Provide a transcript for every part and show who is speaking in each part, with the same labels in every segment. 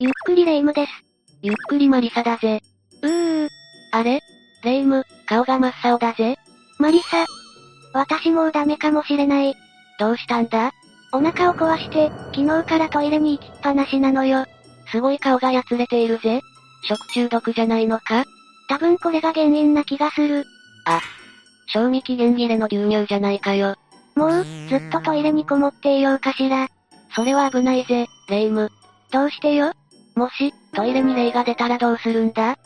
Speaker 1: ゆっくりレ夢ムです。
Speaker 2: ゆっくりマリサだぜ。
Speaker 1: うーう、
Speaker 2: あれレ夢ム、顔が真っ青だぜ。
Speaker 1: マリサ。私もうダメかもしれない。
Speaker 2: どうしたんだ
Speaker 1: お腹を壊して、昨日からトイレに行きっぱなしなのよ。
Speaker 2: すごい顔がやつれているぜ。食中毒じゃないのか
Speaker 1: 多分これが原因な気がする。
Speaker 2: 賞味期限切れの牛乳じゃないかよ。
Speaker 1: もう、ずっとトイレにこもっていようかしら。
Speaker 2: それは危ないぜ、レ夢ム。
Speaker 1: どうしてよ
Speaker 2: もし、トイレに霊が出たらどうするんだ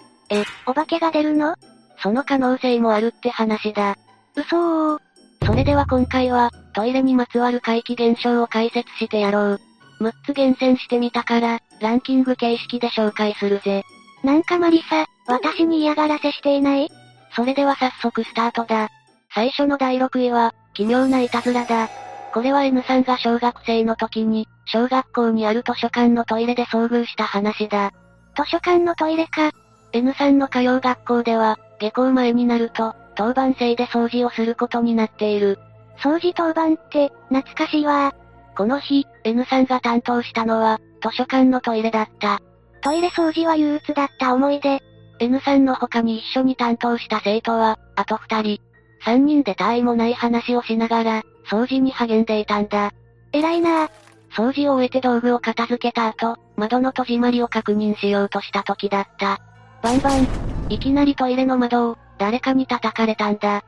Speaker 1: お化けが出るの
Speaker 2: その可能性もあるって話だ。
Speaker 1: 嘘ー。
Speaker 2: それでは今回は、トイレにまつわる怪奇現象を解説してやろう。6つ厳選してみたから、ランキング形式で紹介するぜ。
Speaker 1: なんかマリサ、私に嫌がらせしていない
Speaker 2: それでは早速スタートだ。最初の第6位は、奇妙ないたずらだ。これは N さんが小学生の時に、小学校にある図書館のトイレで遭遇した話だ。
Speaker 1: 図書館のトイレか。
Speaker 2: N さんの通う学校では、下校前になると、当番制で掃除をすることになっている。
Speaker 1: 掃除当番って、懐かしいわー。
Speaker 2: この日、N さんが担当したのは、図書館のトイレだった。
Speaker 1: トイレ掃除は憂鬱だった思い出。
Speaker 2: N さんの他に一緒に担当した生徒は、あと二人。三人で他愛もない話をしながら、掃除に励んでいたんだ。
Speaker 1: 偉いなー。
Speaker 2: 掃除を終えて道具を片付けた後、窓の閉じまりを確認しようとした時だった。バンバン。いきなりトイレの窓を、誰かに叩かれたんだ。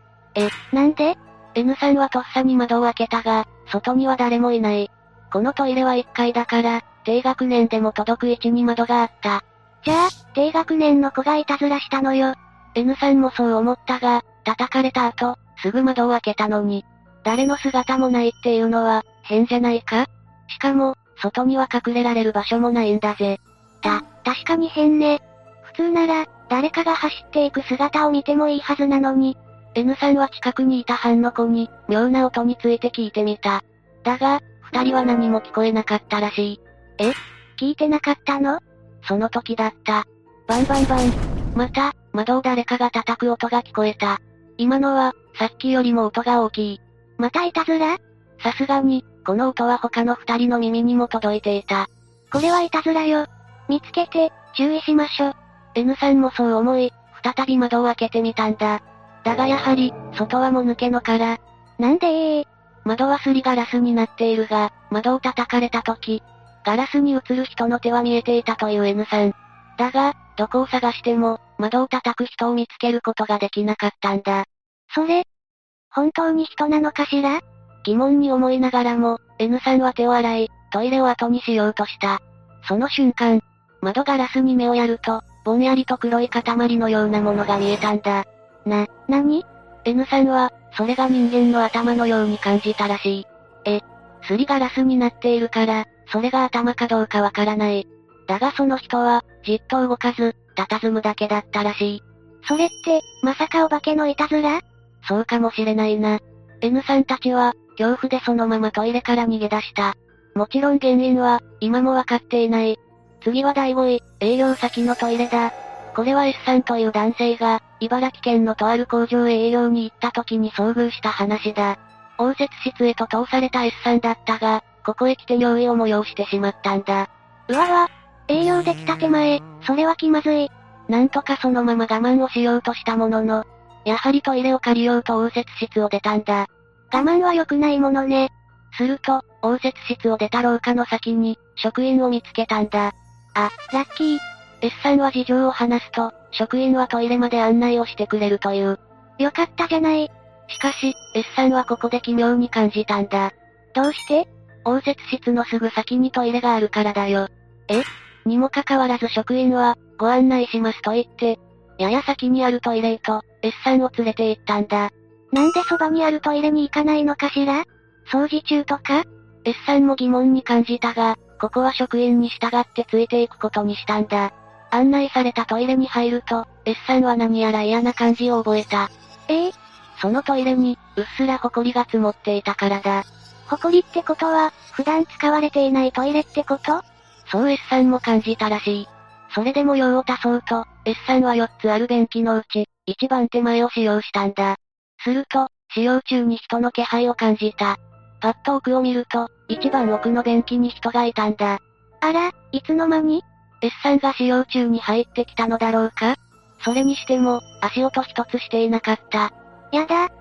Speaker 1: なんで
Speaker 2: N さんはとっさに窓を開けたが、外には誰もいない。このトイレは1階だから、低学年でも届く位置に窓があった。
Speaker 1: じゃあ、低学年の子がいたずらしたのよ。
Speaker 2: N さんもそう思ったが、叩かれた後、すぐ窓を開けたのに、誰の姿もないっていうのは、変じゃないかしかも、外には隠れられる場所もないんだぜ。
Speaker 1: 確かに変ね。普通なら、誰かが走っていく姿を見てもいいはずなのに、
Speaker 2: N さんは近くにいた班の子に、妙な音について聞いてみた。だが、二人は何も聞こえなかったらしい。
Speaker 1: 聞いてなかったの
Speaker 2: その時だった。バンバンバン。また、窓を誰かが叩く音が聞こえた。今のは、さっきよりも音が大きい。
Speaker 1: またいたずら
Speaker 2: さすがに、この音は他の二人の耳にも届いていた。
Speaker 1: これはいたずらよ。見つけて、注意しましょう。
Speaker 2: N さんもそう思い、再び窓を開けてみたんだ。だがやはり、外はもぬけのから、
Speaker 1: なんでええ
Speaker 2: 窓はすりガラスになっているが、窓を叩かれた時、ガラスに映る人の手は見えていたという N さん。だが、どこを探しても、窓を叩く人を見つけることができなかったんだ。
Speaker 1: それ、本当に人なのかしら
Speaker 2: 疑問に思いながらも、N さんは手を洗い、トイレを後にしようとした。その瞬間、窓ガラスに目をやると、ぼんやりと黒い塊のようなものが見えたんだ。
Speaker 1: 何
Speaker 2: N さんは、それが人間の頭のように感じたらしい。え、すりガラスになっているから、それが頭かどうかわからない。だがその人は、じっと動かず、佇むだけだったらしい。
Speaker 1: それって、まさかお化けのいたずら
Speaker 2: そうかもしれないな。N さんたちは、恐怖でそのままトイレから逃げ出した。もちろん原因は、今もわかっていない。次は第5位、営業先のトイレだ。これは S さんという男性が、茨城県のとある工場へ営業に行った時に遭遇した話だ。応接室へと通された S さんだったが、ここへ来て尿意を催してしまったんだ。
Speaker 1: うわわ。栄養できた手前、それは気まずい。
Speaker 2: なんとかそのまま我慢をしようとしたものの、やはりトイレを借りようと応接室を出たんだ。
Speaker 1: 我慢は良くないものね。
Speaker 2: すると、応接室を出た廊下の先に、職員を見つけたんだ。
Speaker 1: あ、ラッキー。
Speaker 2: S さんは事情を話すと、職員はトイレまで案内をしてくれるという。
Speaker 1: よかったじゃない。
Speaker 2: しかし、S さんはここで奇妙に感じたんだ。
Speaker 1: どうして
Speaker 2: 応接室のすぐ先にトイレがあるからだよ。えにもかかわらず職員は、ご案内しますと言って、やや先にあるトイレへと、S さんを連れて行ったんだ。
Speaker 1: なんでそばにあるトイレに行かないのかしら掃除中とか
Speaker 2: S さんも疑問に感じたが、ここは職員に従ってついていくことにしたんだ。案内されたトイレに入ると、S さんは何やら嫌な感じを覚えた。
Speaker 1: ええ
Speaker 2: そのトイレに、うっすら埃が積もっていたからだ。
Speaker 1: ホコリってことは、普段使われていないトイレってこと
Speaker 2: そう S さんも感じたらしい。それでも用を足そうと、S さんは4つある便器のうち、一番手前を使用したんだ。すると、使用中に人の気配を感じた。パッと奥を見ると、一番奥の便器に人がいたんだ。
Speaker 1: あら、いつの間に
Speaker 2: S S さんが使用中に入ってきたのだろうかそれにしても、足音一つしていなかった。
Speaker 1: やだ。きっ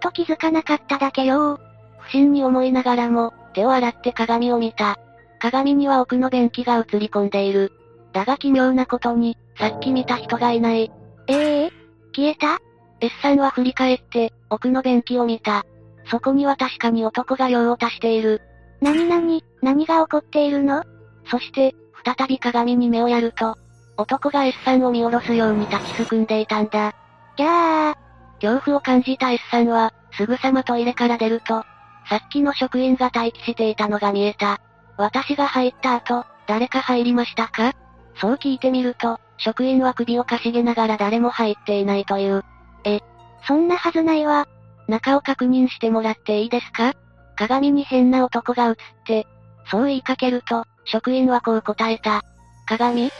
Speaker 1: と気づかなかっただけよ
Speaker 2: 不審に思いながらも、手を洗って鏡を見た。鏡には奥の便器が映り込んでいる。だが奇妙なことに、さっき見た人がいない。
Speaker 1: ええ消えた
Speaker 2: S さんは振り返って、奥の便器を見た。そこには確かに男が用を足している。
Speaker 1: なになに、何が起こっているの
Speaker 2: そして、再び鏡に目をやると、男が S さんを見下ろすように立ちすくんでいたんだ。
Speaker 1: ギャー。
Speaker 2: 恐怖を感じた S さんは、すぐさまトイレから出ると、さっきの職員が待機していたのが見えた。私が入った後、誰か入りましたかそう聞いてみると、職員は首をかしげながら誰も入っていないという。
Speaker 1: そんなはずないわ。
Speaker 2: 中を確認してもらっていいですか鏡に変な男が映って、そう言いかけると、職員はこう答えた。鏡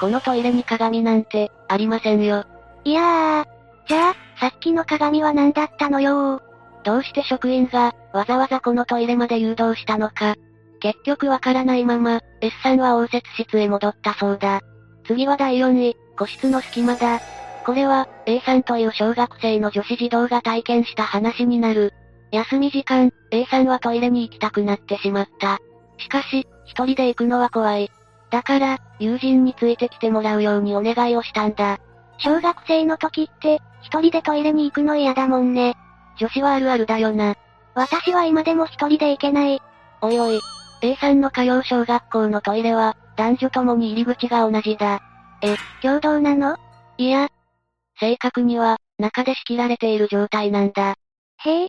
Speaker 2: このトイレに鏡なんて、ありませんよ。
Speaker 1: いやー。じゃあ、さっきの鏡は何だったのよー。
Speaker 2: どうして職員が、わざわざこのトイレまで誘導したのか。結局わからないまま、S さんは応接室へ戻ったそうだ。次は第4位、個室の隙間だ。これは、A さんという小学生の女子児童が体験した話になる。休み時間、A さんはトイレに行きたくなってしまった。しかし、一人で行くのは怖い。だから、友人についてきてもらうようにお願いをしたんだ。
Speaker 1: 小学生の時って、一人でトイレに行くの嫌だもんね。
Speaker 2: 女子はあるあるだよな。
Speaker 1: 私は今でも一人で行けない。
Speaker 2: おいおい。A さんの通う小学校のトイレは、男女ともに入り口が同じだ。
Speaker 1: 共同なの
Speaker 2: いや、正確には、中で仕切られている状態なんだ。
Speaker 1: へえ。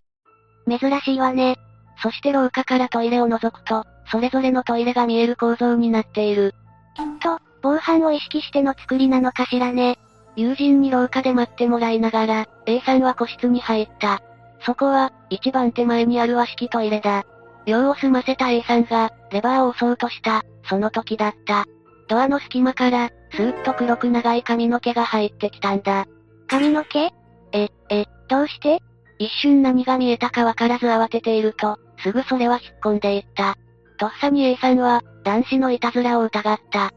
Speaker 1: 珍しいわね。
Speaker 2: そして廊下からトイレを覗くと、それぞれのトイレが見える構造になっている。
Speaker 1: きっと、防犯を意識しての作りなのかしらね。
Speaker 2: 友人に廊下で待ってもらいながら、A さんは個室に入った。そこは、一番手前にある和式トイレだ。用を済ませた A さんが、レバーを押そうとした、その時だった。ドアの隙間から、スーッと黒く長い髪の毛が入ってきたんだ。
Speaker 1: 髪の毛
Speaker 2: え、え、
Speaker 1: どうして
Speaker 2: 一瞬何が見えたかわからず慌てていると、すぐそれは引っ込んでいった。とっさに A さんは、男子のいたずらを疑った。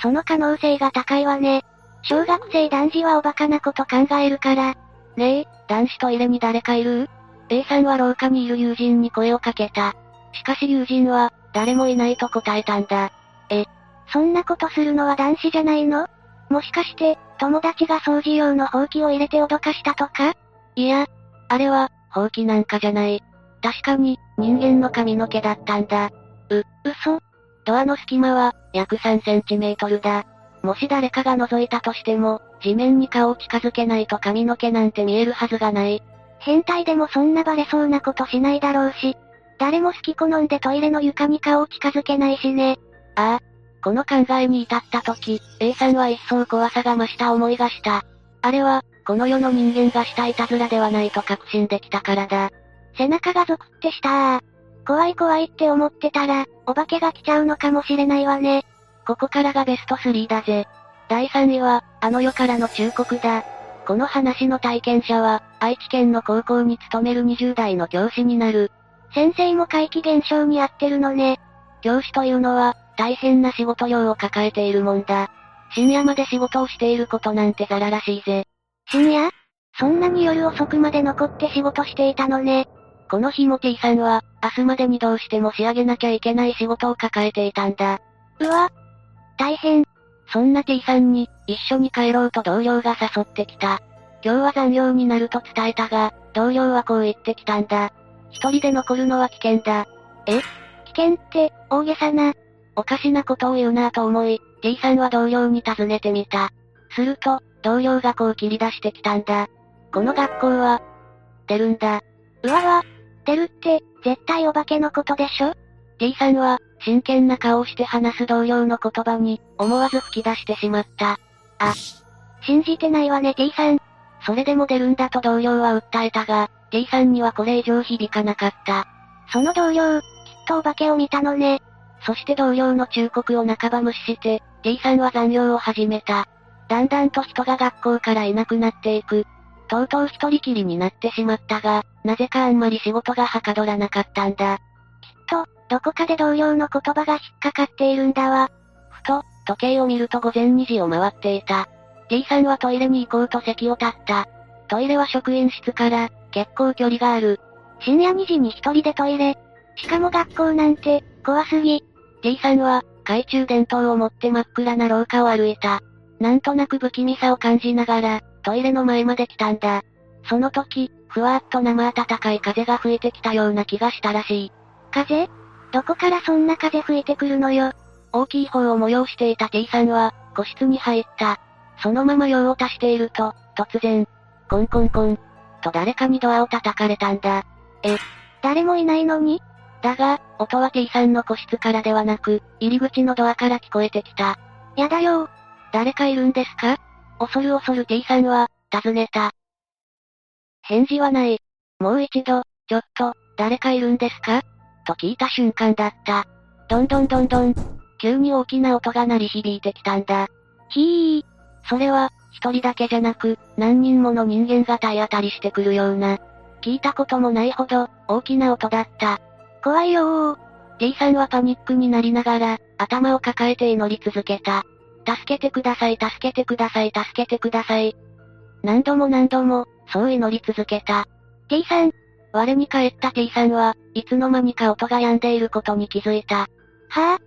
Speaker 1: その可能性が高いわね。小学生男児はおバカなこと考えるから、
Speaker 2: ねえ、男子トイレに誰かいる ?A さんは廊下にいる友人に声をかけた。しかし友人は、誰もいないと答えたんだ。
Speaker 1: そんなことするのは男子じゃないのもしかして、友達が掃除用のほうきを入れて脅かしたとか
Speaker 2: いや、あれは、放棄なんかじゃない。確かに、人間の髪の毛だったんだ。う、嘘ドアの隙間は、約3センチメートルだ。もし誰かが覗いたとしても、地面に顔を近づけないと髪の毛なんて見えるはずがない。
Speaker 1: 変態でもそんなバレそうなことしないだろうし。誰も好き好んでトイレの床に顔を近づけないしね。
Speaker 2: この考えに至った時、A さんは一層怖さが増した思いがした。あれは、この世の人間がしたいたずらではないと確信できたからだ。
Speaker 1: 背中がゾクってした怖い怖いって思ってたら、お化けが来ちゃうのかもしれないわね。
Speaker 2: ここからがベスト3だぜ。第3位は、あの世からの忠告だ。この話の体験者は、愛知県の高校に勤める20代の教師になる。
Speaker 1: 先生も怪奇現象に合ってるのね。
Speaker 2: 教師というのは、大変な仕事量を抱えているもんだ。深夜まで仕事をしていることなんてザラらしいぜ。
Speaker 1: 深夜そんなに夜遅くまで残って仕事していたのね。
Speaker 2: この日も T さんは、明日までにどうしても仕上げなきゃいけない仕事を抱えていたんだ。
Speaker 1: うわ。大変。
Speaker 2: そんな T さんに、一緒に帰ろうと同僚が誘ってきた。今日は残業になると伝えたが、同僚はこう言ってきたんだ。一人で残るのは危険だ。
Speaker 1: 危険って、大げさな。
Speaker 2: おかしなことを言うなぁと思い、T さんは同僚に尋ねてみた。すると、同僚がこう切り出してきたんだ。この学校は、出るんだ。
Speaker 1: うわわ。出るって、絶対お化けのことでしょ
Speaker 2: T さんは、真剣な顔をして話す同僚の言葉に、思わず吹き出してしまった。
Speaker 1: 信じてないわね T さん。
Speaker 2: それでも出るんだと同僚は訴えたが、T さんにはこれ以上響かなかった。
Speaker 1: その同僚、きっとお化けを見たのね。
Speaker 2: そして同僚の忠告を半ば無視して、T さんは残業を始めた。だんだんと人が学校からいなくなっていく。とうとう一人きりになってしまったが、なぜかあんまり仕事がはかどらなかったんだ。
Speaker 1: どこかで同僚の言葉が引っかかっているんだわ。
Speaker 2: ふと、時計を見ると午前2時を回っていた。T さんはトイレに行こうと席を立った。トイレは職員室から、結構距離がある。
Speaker 1: 深夜2時に一人でトイレ。しかも学校なんて、怖すぎ。
Speaker 2: T さんは、懐中電灯を持って真っ暗な廊下を歩いた。なんとなく不気味さを感じながら、トイレの前まで来たんだ。その時、ふわっと生暖かい風が吹いてきたような気がしたらしい。
Speaker 1: 風どこからそんな風吹いてくるのよ。
Speaker 2: 大きい方を催していた T さんは、個室に入った。そのまま用を足していると、突然、コンコンコン、と誰かにドアを叩かれたんだ。
Speaker 1: 誰もいないのに
Speaker 2: だが、音は T さんの個室からではなく、入り口のドアから聞こえてきた。
Speaker 1: やだよ
Speaker 2: 誰かいるんですか恐る恐る T さんは、尋ねた。返事はない。もう一度、ちょっと、誰かいるんですかと聞いた瞬間だった。どんどんどんどん、急に大きな音が鳴り響いてきたんだ。ひー。それは、一人だけじゃなく、何人もの人間が体当たりしてくるような、聞いたこともないほど、大きな音だった。
Speaker 1: 怖いよー
Speaker 2: T さんはパニックになりながら、頭を抱えて祈り続けた。助けてください、助けてください、助けてください。何度も何度も、そう祈り続けた。T さん。我に返った T さんは、いつの間にか音が止んでいることに気づいた。
Speaker 1: は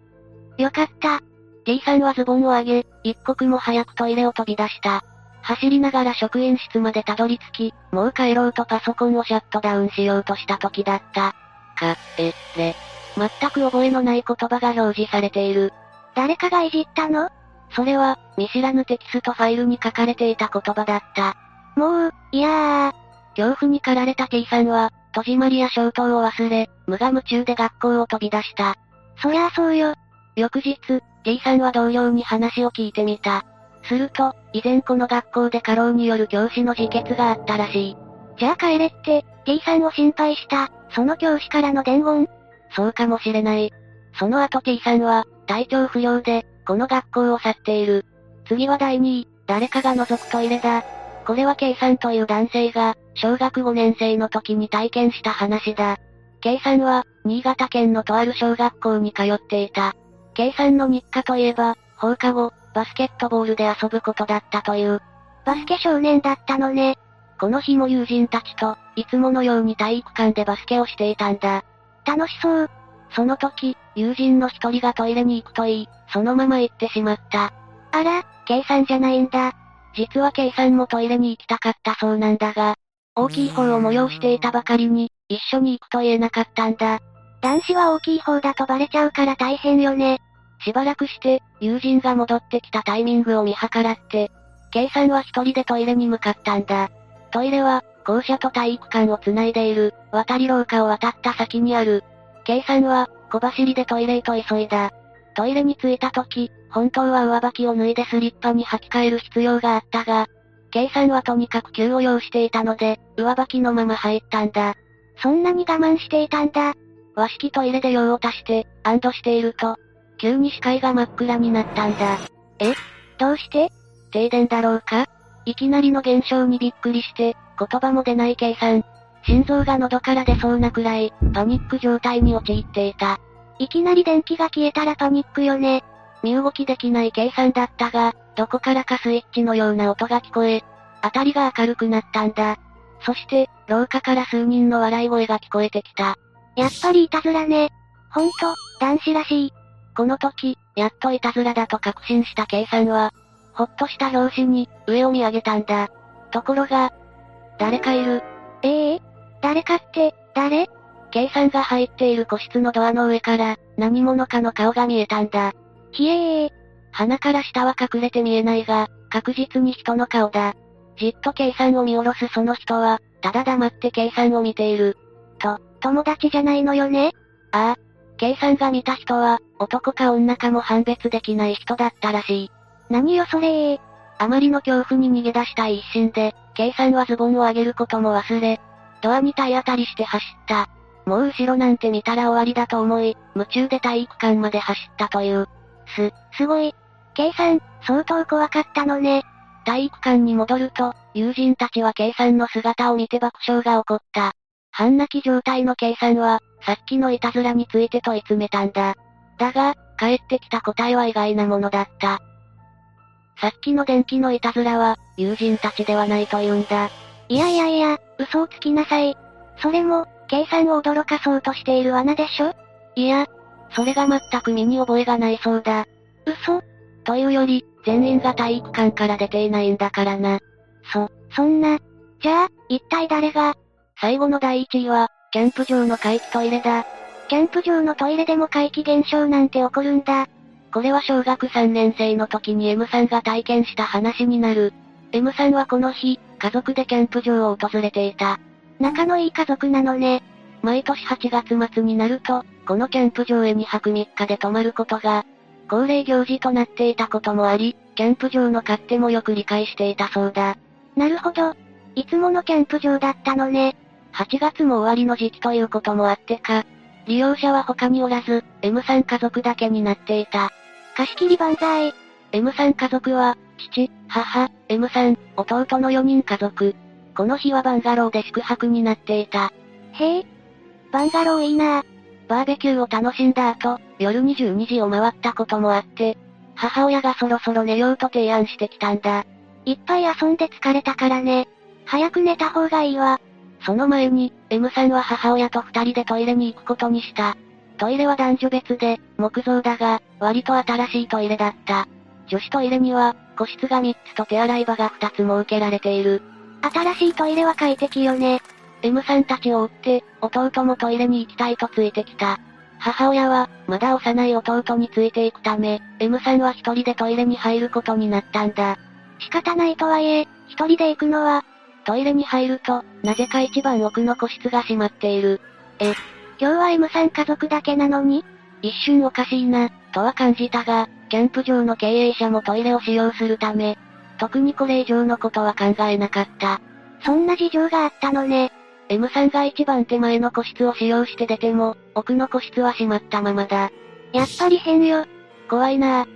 Speaker 1: ぁ、よかった。
Speaker 2: T さんはズボンを上げ、一刻も早くトイレを飛び出した。走りながら職員室までたどり着き、もう帰ろうとパソコンをシャットダウンしようとした時だった。か、え、れ。全く覚えのない言葉が表示されている。
Speaker 1: 誰かがいじったの
Speaker 2: それは、見知らぬテキストファイルに書かれていた言葉だった。
Speaker 1: もう、いや
Speaker 2: 恐怖に駆られた T さんは、戸締まりや消灯を忘れ、無我夢中で学校を飛び出した。
Speaker 1: ー、そりゃあそうよ。
Speaker 2: 翌日、T さんは同僚に話を聞いてみた。すると、以前この学校で過労による教師の自決があったらしい。
Speaker 1: じゃあ帰れって、T さんを心配した、その教師からの伝言。
Speaker 2: そうかもしれない。その後 T さんは、体調不良で、この学校を去っている。次は第2位、誰かが覗くトイレだ。これは K さんという男性が、小学5年生の時に体験した話だ。K さんは、新潟県のとある小学校に通っていた。K さんの日課といえば、放課後、バスケットボールで遊ぶことだったという。
Speaker 1: バスケ少年だったのね。
Speaker 2: この日も友人たちと、いつものように体育館でバスケをしていたんだ。
Speaker 1: 楽しそう。
Speaker 2: その時、友人の一人がトイレに行くと言い、そのまま行ってしまった。
Speaker 1: あら、K さんじゃないんだ。
Speaker 2: 実は K さんもトイレに行きたかったそうなんだが、大きい方を催していたばかりに、一緒に行くと言えなかったんだ。
Speaker 1: 男子は大きい方だとバレちゃうから大変よね。
Speaker 2: しばらくして、友人が戻ってきたタイミングを見計らって、K さんは一人でトイレに向かったんだ。トイレは、校舎と体育館をつないでいる、渡り廊下を渡った先にある。K さんは、小走りでトイレへと急いだ。トイレに着いた時、本当は上履きを脱いでスリッパに履き替える必要があったが、K さんはとにかく急を要していたので、上履きのまま入ったんだ。
Speaker 1: そんなに我慢していたんだ。
Speaker 2: 和式トイレで用を足して、安堵していると、急に視界が真っ暗になったんだ。
Speaker 1: どうして
Speaker 2: 停電だろうかいきなりの現象にびっくりして、言葉も出ない計算。心臓が喉から出そうなくらい、パニック状態に陥っていた。
Speaker 1: いきなり電気が消えたらパニックよね。
Speaker 2: 身動きできない計算だったが、どこからかスイッチのような音が聞こえ、辺りが明るくなったんだ。そして、廊下から数人の笑い声が聞こえてきた。
Speaker 1: やっぱりいたずらね。ほんと、男子らしい。
Speaker 2: この時、やっといたずらだと確信した K さんは、ほっとした拍子に、上を見上げたんだ。ところが、誰かいる。
Speaker 1: ええ誰かって、誰
Speaker 2: K さんが入っている個室のドアの上から、何者かの顔が見えたんだ。
Speaker 1: ひえー。
Speaker 2: 鼻から下は隠れて見えないが、確実に人の顔だ。じっと K さんを見下ろすその人は、ただ黙って K さんを見ている。
Speaker 1: 友達じゃないのよね。
Speaker 2: ああ、K さんが見た人は、男か女かも判別できない人だったらしい。
Speaker 1: 何よそれー。
Speaker 2: あまりの恐怖に逃げ出した一心で、K さんはズボンを上げることも忘れ、ドアに体当たりして走った。もう後ろなんて見たら終わりだと思い、夢中で体育館まで走ったという。
Speaker 1: す、すごい。K さん、相当怖かったのね。
Speaker 2: 体育館に戻ると、友人たちは K さんの姿を見て爆笑が起こった。半泣き状態の K さんは、さっきのいたずらについて問い詰めたんだ。だが、返ってきた答えは意外なものだった。さっきの電気のいたずらは、友人たちではないと言うんだ。
Speaker 1: いやいやいや、嘘をつきなさい。それも、計算を驚かそうとしている罠でしょ
Speaker 2: いや、それが全く身に覚えがないそうだ。
Speaker 1: 嘘
Speaker 2: というより、全員が体育館から出ていないんだからな。
Speaker 1: そ、そんな。じゃあ、一体誰が、
Speaker 2: 最後の第1位は、キャンプ場の怪奇トイレだ。
Speaker 1: キャンプ場のトイレでも怪奇現象なんて起こるんだ。
Speaker 2: これは小学3年生の時に M さんが体験した話になる。M さんはこの日、家族でキャンプ場を訪れていた。
Speaker 1: 仲のいい家族なのね。
Speaker 2: 毎年8月末になると、このキャンプ場へ2泊3日で泊まることが、恒例行事となっていたこともあり、キャンプ場の勝手もよく理解していたそうだ。
Speaker 1: なるほど。いつものキャンプ場だったのね。
Speaker 2: 8月も終わりの時期ということもあってか、利用者は他におらず、M さん家族だけになっていた。
Speaker 1: 貸し切り万歳。
Speaker 2: M さん家族は、父、母、M さん、弟の4人家族。この日はバンガローで宿泊になっていた。
Speaker 1: へえ。バンガローいいな
Speaker 2: バーベキューを楽しんだ後、夜22時を回ったこともあって、母親がそろそろ寝ようと提案してきたんだ。
Speaker 1: いっぱい遊んで疲れたからね。早く寝た方がいいわ。
Speaker 2: その前に、M さんは母親と二人でトイレに行くことにした。トイレは男女別で、木造だが、割と新しいトイレだった。女子トイレには、個室が3つと手洗い場が2つ設けられている。
Speaker 1: 新しいトイレは快適よね。
Speaker 2: M さんたちを追って、弟もトイレに行きたいとついてきた。母親は、まだ幼い弟についていくため、M さんは一人でトイレに入ることになったんだ。
Speaker 1: 仕方ないとはいえ、一人で行くのは、
Speaker 2: トイレに入ると、なぜか一番奥の個室が閉まっている。
Speaker 1: 今日は M さん家族だけなのに
Speaker 2: 一瞬おかしいな、とは感じたが、キャンプ場の経営者もトイレを使用するため、特にこれ以上のことは考えなかった。
Speaker 1: そんな事情があったのね。
Speaker 2: M さんが一番手前の個室を使用して出ても、奥の個室は閉まったままだ。
Speaker 1: やっぱり変よ。
Speaker 2: 怖いなぁ。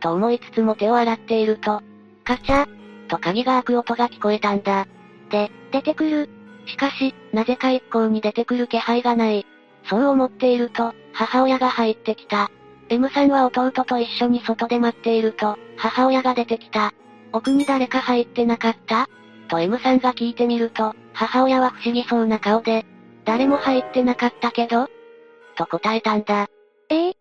Speaker 2: と思いつつも手を洗っていると、カチャと鍵が開く音が聞こえたんだ。
Speaker 1: 出てくる。
Speaker 2: しかし、なぜか一向に出てくる気配がない。そう思っていると、母親が入ってきた。M さんは弟と一緒に外で待っていると、母親が出てきた。奥に誰か入ってなかったと M さんが聞いてみると、母親は不思議そうな顔で、誰も入ってなかったけどと答えたんだ。
Speaker 1: ええ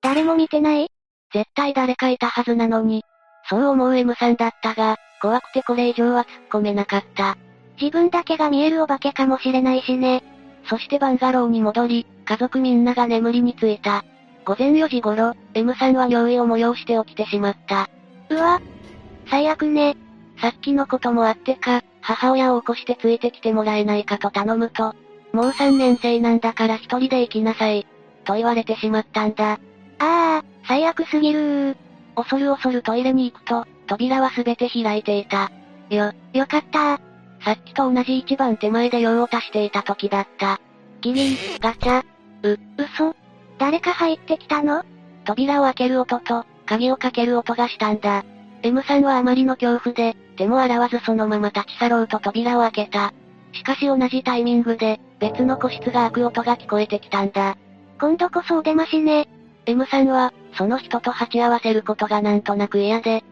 Speaker 1: 誰も見てない
Speaker 2: 絶対誰かいたはずなのに。そう思う M さんだったが、怖くてこれ以上は突っ込めなかった。
Speaker 1: 自分だけが見えるお化けかもしれないしね。
Speaker 2: そしてバンガローに戻り、家族みんなが眠りについた。午前4時頃、M さんは尿意を催して起きてしまった。
Speaker 1: うわ。最悪ね。
Speaker 2: さっきのこともあってか、母親を起こしてついてきてもらえないかと頼むと、もう3年生なんだから一人で行きなさい、と言われてしまったんだ。
Speaker 1: ああ、最悪すぎるー。
Speaker 2: 恐る恐るトイレに行くと、扉はすべて開いていた。よ、
Speaker 1: よかったー。
Speaker 2: さっきと同じ一番手前で用を足していた時だった。ギリン、ガチャ、
Speaker 1: 嘘。誰か入ってきたの
Speaker 2: 扉を開ける音と、鍵をかける音がしたんだ。M さんはあまりの恐怖で、手も洗わずそのまま立ち去ろうと扉を開けた。しかし同じタイミングで、別の個室が開く音が聞こえてきたんだ。
Speaker 1: 今度こそお出ましね。
Speaker 2: M さんは、その人と鉢合わせることがなんとなく嫌で、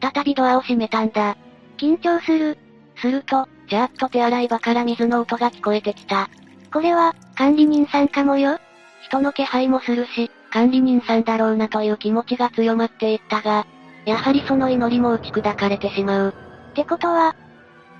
Speaker 2: 再びドアを閉めたんだ。
Speaker 1: 緊張する。
Speaker 2: すると、ジャーッと手洗い場から水の音が聞こえてきた。
Speaker 1: これは、管理人さんかもよ。
Speaker 2: 人の気配もするし、管理人さんだろうなという気持ちが強まっていったが、やはりその祈りも打ち砕かれてしまう。
Speaker 1: ってことは、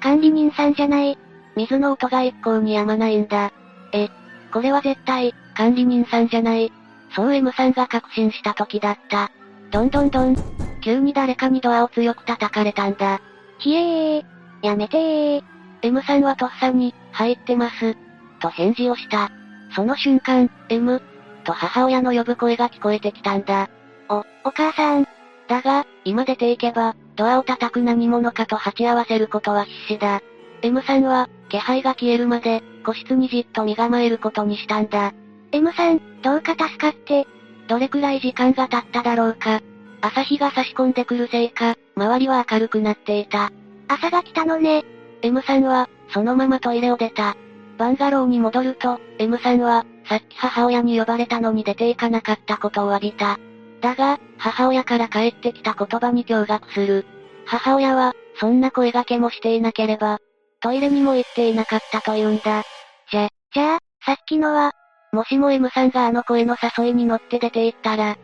Speaker 1: 管理人さんじゃない。
Speaker 2: 水の音が一向に止まないんだ。え、これは絶対、管理人さんじゃない。そう M さんが確信した時だった。どんどんどん。急に誰かにドアを強く叩かれたんだ。
Speaker 1: ひえー。やめてー。
Speaker 2: M さんはとっさに、入ってます。と返事をした。その瞬間、M、と母親の呼ぶ声が聞こえてきたんだ。
Speaker 1: お、お母さん。
Speaker 2: だが、今出ていけば、ドアを叩く何者かと鉢合わせることは必至だ。M さんは、気配が消えるまで、個室にじっと身構えることにしたんだ。
Speaker 1: M さん、どうか助かって。
Speaker 2: どれくらい時間が経っただろうか。朝日が差し込んでくるせいか、周りは明るくなっていた。
Speaker 1: 朝が来たのね。
Speaker 2: M さんは、そのままトイレを出た。バンガローに戻ると、M さんは、さっき母親に呼ばれたのに出ていかなかったことを詫びた。だが、母親から帰ってきた言葉に驚愕する。母親は、そんな声掛けもしていなければ、トイレにも行っていなかったというんだ。
Speaker 1: じゃ、じゃあ、さっきのは、
Speaker 2: もしも M さんがあの声の誘いに乗って出て行ったら、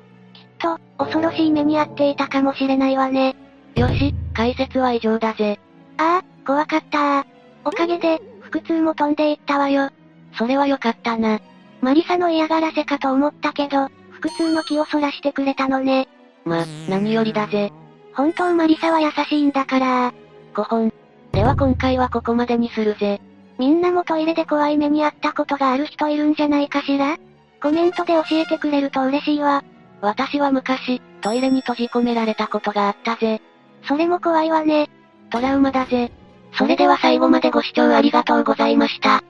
Speaker 1: と、恐ろしい目に遭っていたかもしれないわね。
Speaker 2: よし、解説は以上だぜ。
Speaker 1: ああ、怖かったー。おかげで、腹痛も飛んでいったわよ。
Speaker 2: それはよかったな。
Speaker 1: マリサの嫌がらせかと思ったけど、腹痛の気をそらしてくれたのね。
Speaker 2: ま、何よりだぜ。
Speaker 1: 本当マリサは優しいんだからー。
Speaker 2: 5本。では今回はここまでにするぜ。
Speaker 1: みんなもトイレで怖い目に遭ったことがある人いるんじゃないかしらコメントで教えてくれると嬉しいわ。
Speaker 2: 私は昔、トイレに閉じ込められたことがあったぜ。
Speaker 1: それも怖いわね。
Speaker 2: トラウマだぜ。
Speaker 1: それでは最後までご視聴ありがとうございました。